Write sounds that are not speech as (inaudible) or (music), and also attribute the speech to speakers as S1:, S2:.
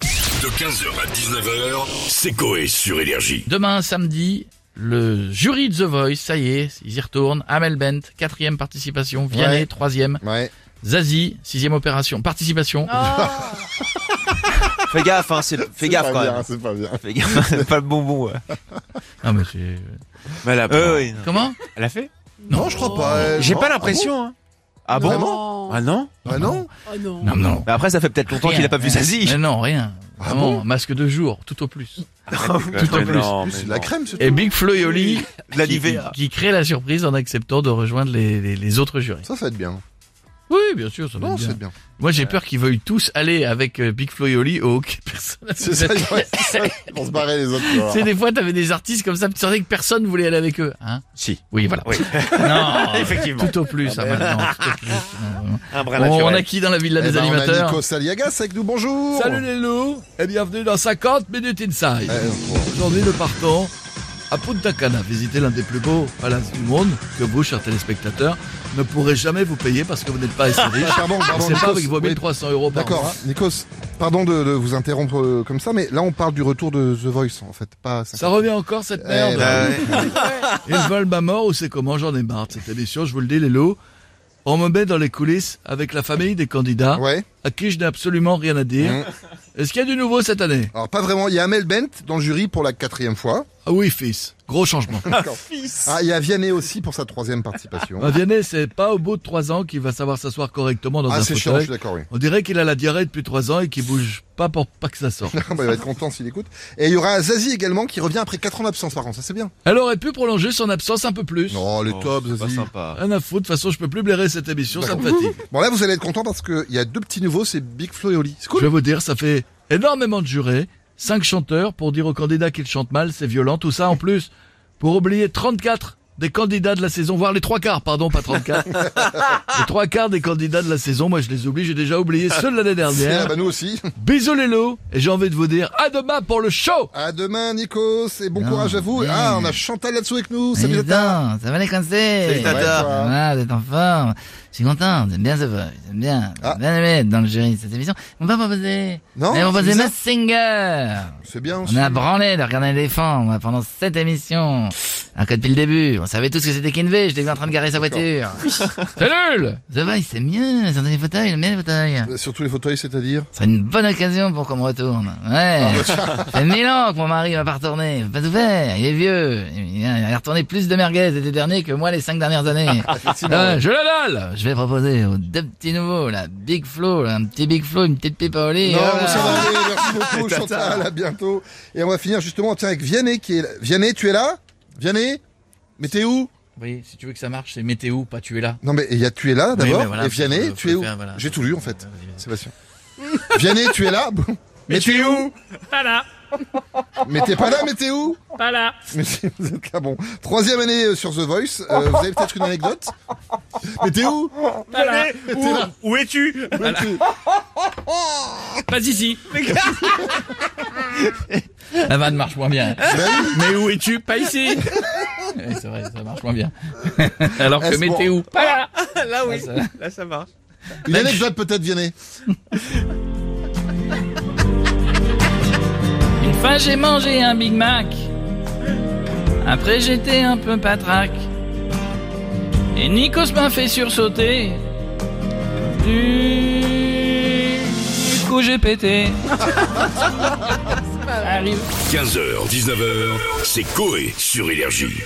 S1: De 15h à 19h, c'est Coé sur Énergie.
S2: Demain, samedi, le jury de The Voice, ça y est, ils y retournent. Amel Bent, quatrième participation. Vianney,
S3: Ouais.
S2: troisième.
S3: Ouais.
S2: Zazie, sixième opération, participation.
S4: Fais gaffe, hein, c'est-
S3: (laughs)
S4: fais
S3: C'est
S4: gaffe
S3: pas
S4: quand
S3: bien,
S4: même.
S3: C'est pas bien.
S4: Fais gaffe, (laughs) c'est pas le bon mot. ouais.
S2: Non, mais c'est...
S5: Mais elle a,
S4: Euh, oui.
S2: Comment
S5: elle a fait
S3: Non, je crois pas.
S4: Oh.
S3: elle.
S5: J'ai
S3: Non.
S5: pas l'impression. hein. Ah bon
S3: Vraiment
S5: Ah non
S3: Ah non
S6: Oh non.
S2: Non, non.
S4: Bah après, ça fait peut-être longtemps
S2: Rien.
S4: qu'il a pas vu Zazie. (laughs)
S2: Mais non, rien.
S3: Ah
S2: Vraiment,
S3: bon
S2: masque de jour, tout au plus.
S5: Tout
S2: en plus.
S5: Non,
S3: Lui,
S5: mais
S3: C'est de la
S5: non.
S3: crème, c'est
S2: Et
S3: tout.
S2: Big Flo et Oli,
S4: De la
S2: qui,
S4: Nivea.
S2: qui crée la surprise en acceptant de rejoindre les, les- les autres jurys.
S3: Ça, ça va être bien.
S2: Oui, bien sûr, ça va
S3: Non,
S2: être bien.
S3: c'est bien.
S2: Moi, j'ai peur qu'ils veuillent tous aller avec euh, Big Flo et Oli au hockey. Personne.
S3: C'est ça, ouais, c'est ça, pour se barrer les autres. tu vois.
S2: Tu sais, des fois, t'avais des artistes comme ça, tu sentais que personne voulait aller avec eux. Hein
S5: Si.
S2: oui,
S5: (laughs)
S2: voilà.
S4: (laughs)
S5: Oui.
S2: Non,
S5: Effectivement.
S2: tout au plus,
S3: ben,
S2: ah,
S3: (laughs)
S2: maintenant, tout au plus. Non, non.
S5: Un brin
S2: Bon, on
S5: naturel.
S2: a qui dans la villa
S3: Eh
S2: des
S3: ben, on a
S2: animateurs
S3: Nico Saliagas avec nous, bonjour
S7: Salut les loups et bienvenue dans 50 minutes inside.
S3: Eh, bon.
S7: Aujourd'hui nous partons à Punta Cana, visiter l'un des plus beaux palaces du monde que vous, chers téléspectateurs, ne pourrez jamais vous payer parce que vous n'êtes pas assez
S3: (laughs)
S7: riche.
S3: Eh, Pardon, pardon,
S7: C'est pas
S3: Nikos.
S7: avec vos
S3: Oui,
S7: 1300 euros par
S3: D'accord,
S7: an.
S3: hein. Nikos, pardon de, de vous interrompre euh, comme ça, mais là on parle du retour de The Voice en fait, pas
S7: Ça revient encore cette
S3: Eh
S7: merde.
S3: ben,
S7: Ils veulent ma mort ou c'est comment J'en ai marre de cette émission, je vous le dis les loups. On me met dans les coulisses avec la famille des candidats
S3: Ouais,
S7: à qui je n'ai absolument rien à dire.
S3: Mm.
S7: Est-ce qu'il y a du nouveau cette année
S3: alors pas vraiment, il y a Amel Bent dans le jury pour la quatrième fois.
S7: Ah oui fils, gros changement.
S3: Ah, il y a Vianney aussi pour sa troisième
S7: (laughs)
S3: participation.
S7: Un Vianney, c'est pas au bout de trois ans qu'il va savoir s'asseoir correctement dans
S3: Ah
S7: un
S3: c'est chiant,
S7: fauteuil.
S3: je suis d'accord, oui.
S7: On dirait qu'il a la diarrhée depuis trois ans et qu'il bouge pas pour pas que ça sorte.
S3: (laughs) Bah, il va être content s'il écoute. Et il y aura Zazie également qui revient après 4 ans d'absence par contre, ça c'est bien.
S7: Elle aurait pu prolonger son absence un peu plus.
S3: Non, les
S5: Oh,
S3: top,
S5: c'est pas
S3: Zazie.
S5: sympa.
S7: Rien à foutre, de toute façon je peux plus blairer cette émission, ça me fatigue.
S3: Bon là vous allez être content parce qu'il y a deux petits nouveaux, c'est Big Flo et Oli. C'est
S7: Je
S3: cool.
S7: vais vous dire, ça fait énormément de jurés, cinq chanteurs pour dire aux candidats qu'ils chantent mal, c'est violent, tout ça en plus, pour oublier 34 des candidats de la saison, voire les trois quarts, pardon, pas 34. les trois quarts des candidats de la saison, moi je les oublie, j'ai déjà oublié ceux de l'année
S3: Et
S7: dernière.
S3: là, bah, nous aussi.
S7: Bisous les loups, et j'ai envie de vous dire à demain pour le show
S3: À demain Nikos et bon
S2: Non,
S3: courage à vous.
S2: mais-
S3: Ah, on a Chantal là-dessous avec nous. Salut
S2: Mais
S3: Tata.
S2: non, ça va les coincés
S4: Salut, Tata.
S3: Ouais, toi.
S2: Ah, vous êtes en forme. Je suis content. J'aime bien ce vote. J'aime bien. J'aime bien le mettre dans le jury de cette émission. On va proposer.
S3: Ah. Non,
S2: On va
S3: c'est
S2: proposer
S3: bizarre.
S2: Mass Singer.
S3: C'est bien aussi.
S2: On a branlé de regarder un éléphant moi, pendant cette émission. Un code depuis le début. On savait tous que c'était Kinvey. Je l'ai vu en train de garer sa voiture. c'est nul! The Voice, c'est mieux. Sur les fauteuils, le mieux les fauteuils.
S3: Euh, Sur tous les fauteuils, c'est-à-dire
S2: C'est une bonne occasion pour qu'on me retourne. Ouais.
S3: Ah, bah,
S2: Ça fait mille ans que mon mari m'a pas retourné. Pas tout faire. Il est vieux. Il a retourné plus de merguez l'été dernier que moi les cinq dernières années.
S3: Ah,
S7: Ah,
S2: Euh, je la dalle. Je vais proposer aux deux petits nouveaux, la Big Flow, là, un petit Big Flow, une petite pipe hein. à Oli.
S3: Non,
S2: Et voilà.
S3: on s'en va aller. Merci beaucoup, Chantal. À bientôt. Et on va finir justement tiens, avec Vianney qui est là. Vianney, tu es là Vianney Mais t'es où
S2: Oui, si tu veux que ça marche, c'est météo, pas tu es là.
S3: Non, mais il y a tu es là d'abord.
S2: mais voilà,
S3: et Vianney,
S2: faut-
S3: tu
S2: faut
S3: es où
S2: faire, voilà.
S3: J'ai tout lu en fait, Sébastien. (laughs) Vianney, tu es là Bon. Mais tu es où
S6: Pas là,
S3: Mais t'es pas là, mais t'es où
S6: pas là.
S3: Mais si vous êtes là, bon. Troisième année euh, sur The Voice. Euh, vous avez peut-être une anecdote Mais t'es où
S6: Voilà.
S5: Où, où es-tu
S3: Mais t'es-
S6: Pas ici.
S2: (laughs) La vanne marche moins bien.
S3: Ben oui.
S2: mais où es-tu Pas ici. Oui, c'est vrai, ça marche moins bien. Alors que
S3: Est-ce bon
S2: météo, pas là.
S4: Là oui,
S2: Ça, ça-
S4: là ça marche.
S3: Une anecdote peut-être, Vianney.
S2: Une fois j'ai mangé un Big Mac. Après j'étais un peu patraque. Et Nikos m'a fait sursauter. Du coup j'ai pété.
S1: 15h, 19h, c'est Coé sur Énergie.